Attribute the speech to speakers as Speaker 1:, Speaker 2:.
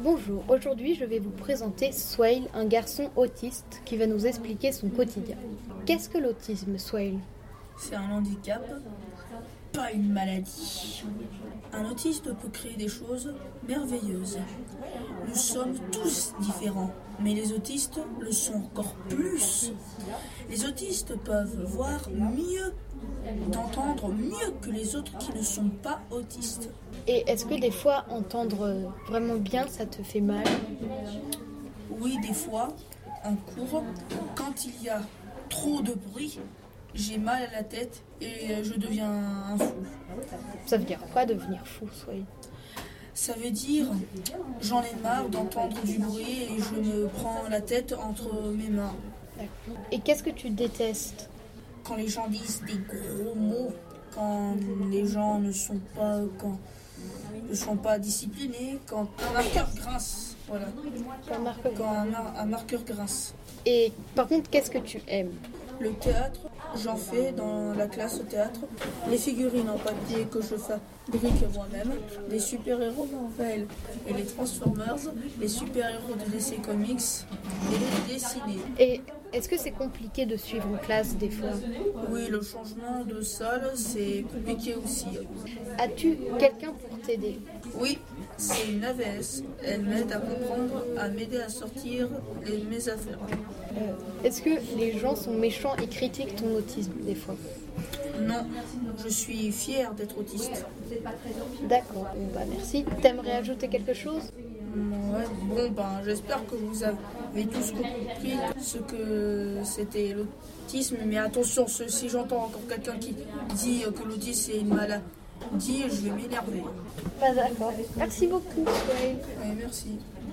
Speaker 1: Bonjour, aujourd'hui je vais vous présenter Swail, un garçon autiste qui va nous expliquer son quotidien. Qu'est-ce que l'autisme, Swail
Speaker 2: C'est un handicap, pas une maladie. Un autiste peut créer des choses merveilleuses. Nous sommes tous différents, mais les autistes le sont encore plus. Les autistes peuvent voir mieux, d'entendre mieux que les autres qui ne sont pas autistes.
Speaker 1: Et est-ce que des fois entendre vraiment bien ça te fait mal
Speaker 2: Oui, des fois, en cours, quand il y a trop de bruit, j'ai mal à la tête et je deviens un fou.
Speaker 1: Ça veut dire quoi devenir fou, Swail
Speaker 2: Ça veut dire j'en ai marre d'entendre du bruit et je me prends la tête entre mes mains.
Speaker 1: Et qu'est-ce que tu détestes
Speaker 2: Quand les gens disent des gros mots, quand les gens ne sont pas, quand ne sont pas disciplinés, quand un marqueur grince, voilà,
Speaker 1: Pas marque-
Speaker 2: quand un, mar- un marqueur grince.
Speaker 1: Et par contre, qu'est-ce que tu aimes
Speaker 2: Le théâtre, j'en fais dans la classe au théâtre. Les figurines en papier que je fabrique moi-même. Les super-héros Marvel et les Transformers. Les super-héros de DC Comics et les dessinés.
Speaker 1: Et est-ce que c'est compliqué de suivre en classe des fois
Speaker 2: Oui, le changement de salle, c'est compliqué aussi.
Speaker 1: As-tu quelqu'un pour t'aider
Speaker 2: Oui, c'est une AVS. Elle m'aide à comprendre, à m'aider à sortir les- mes affaires.
Speaker 1: Euh, Est-ce que les gens sont méchants et critiquent ton autisme des fois
Speaker 2: Non, je suis fière d'être autiste.
Speaker 1: D'accord, bon, bah merci. T'aimerais ajouter quelque chose
Speaker 2: Ouais, bon ben j'espère que vous avez tous compris ce que c'était l'autisme, mais attention, ce- si j'entends encore quelqu'un qui dit euh, que l'autisme c'est une maladie, je vais m'énerver.
Speaker 1: Pas d'accord. Merci Bah, beaucoup. Swail.
Speaker 2: Ouais, merci.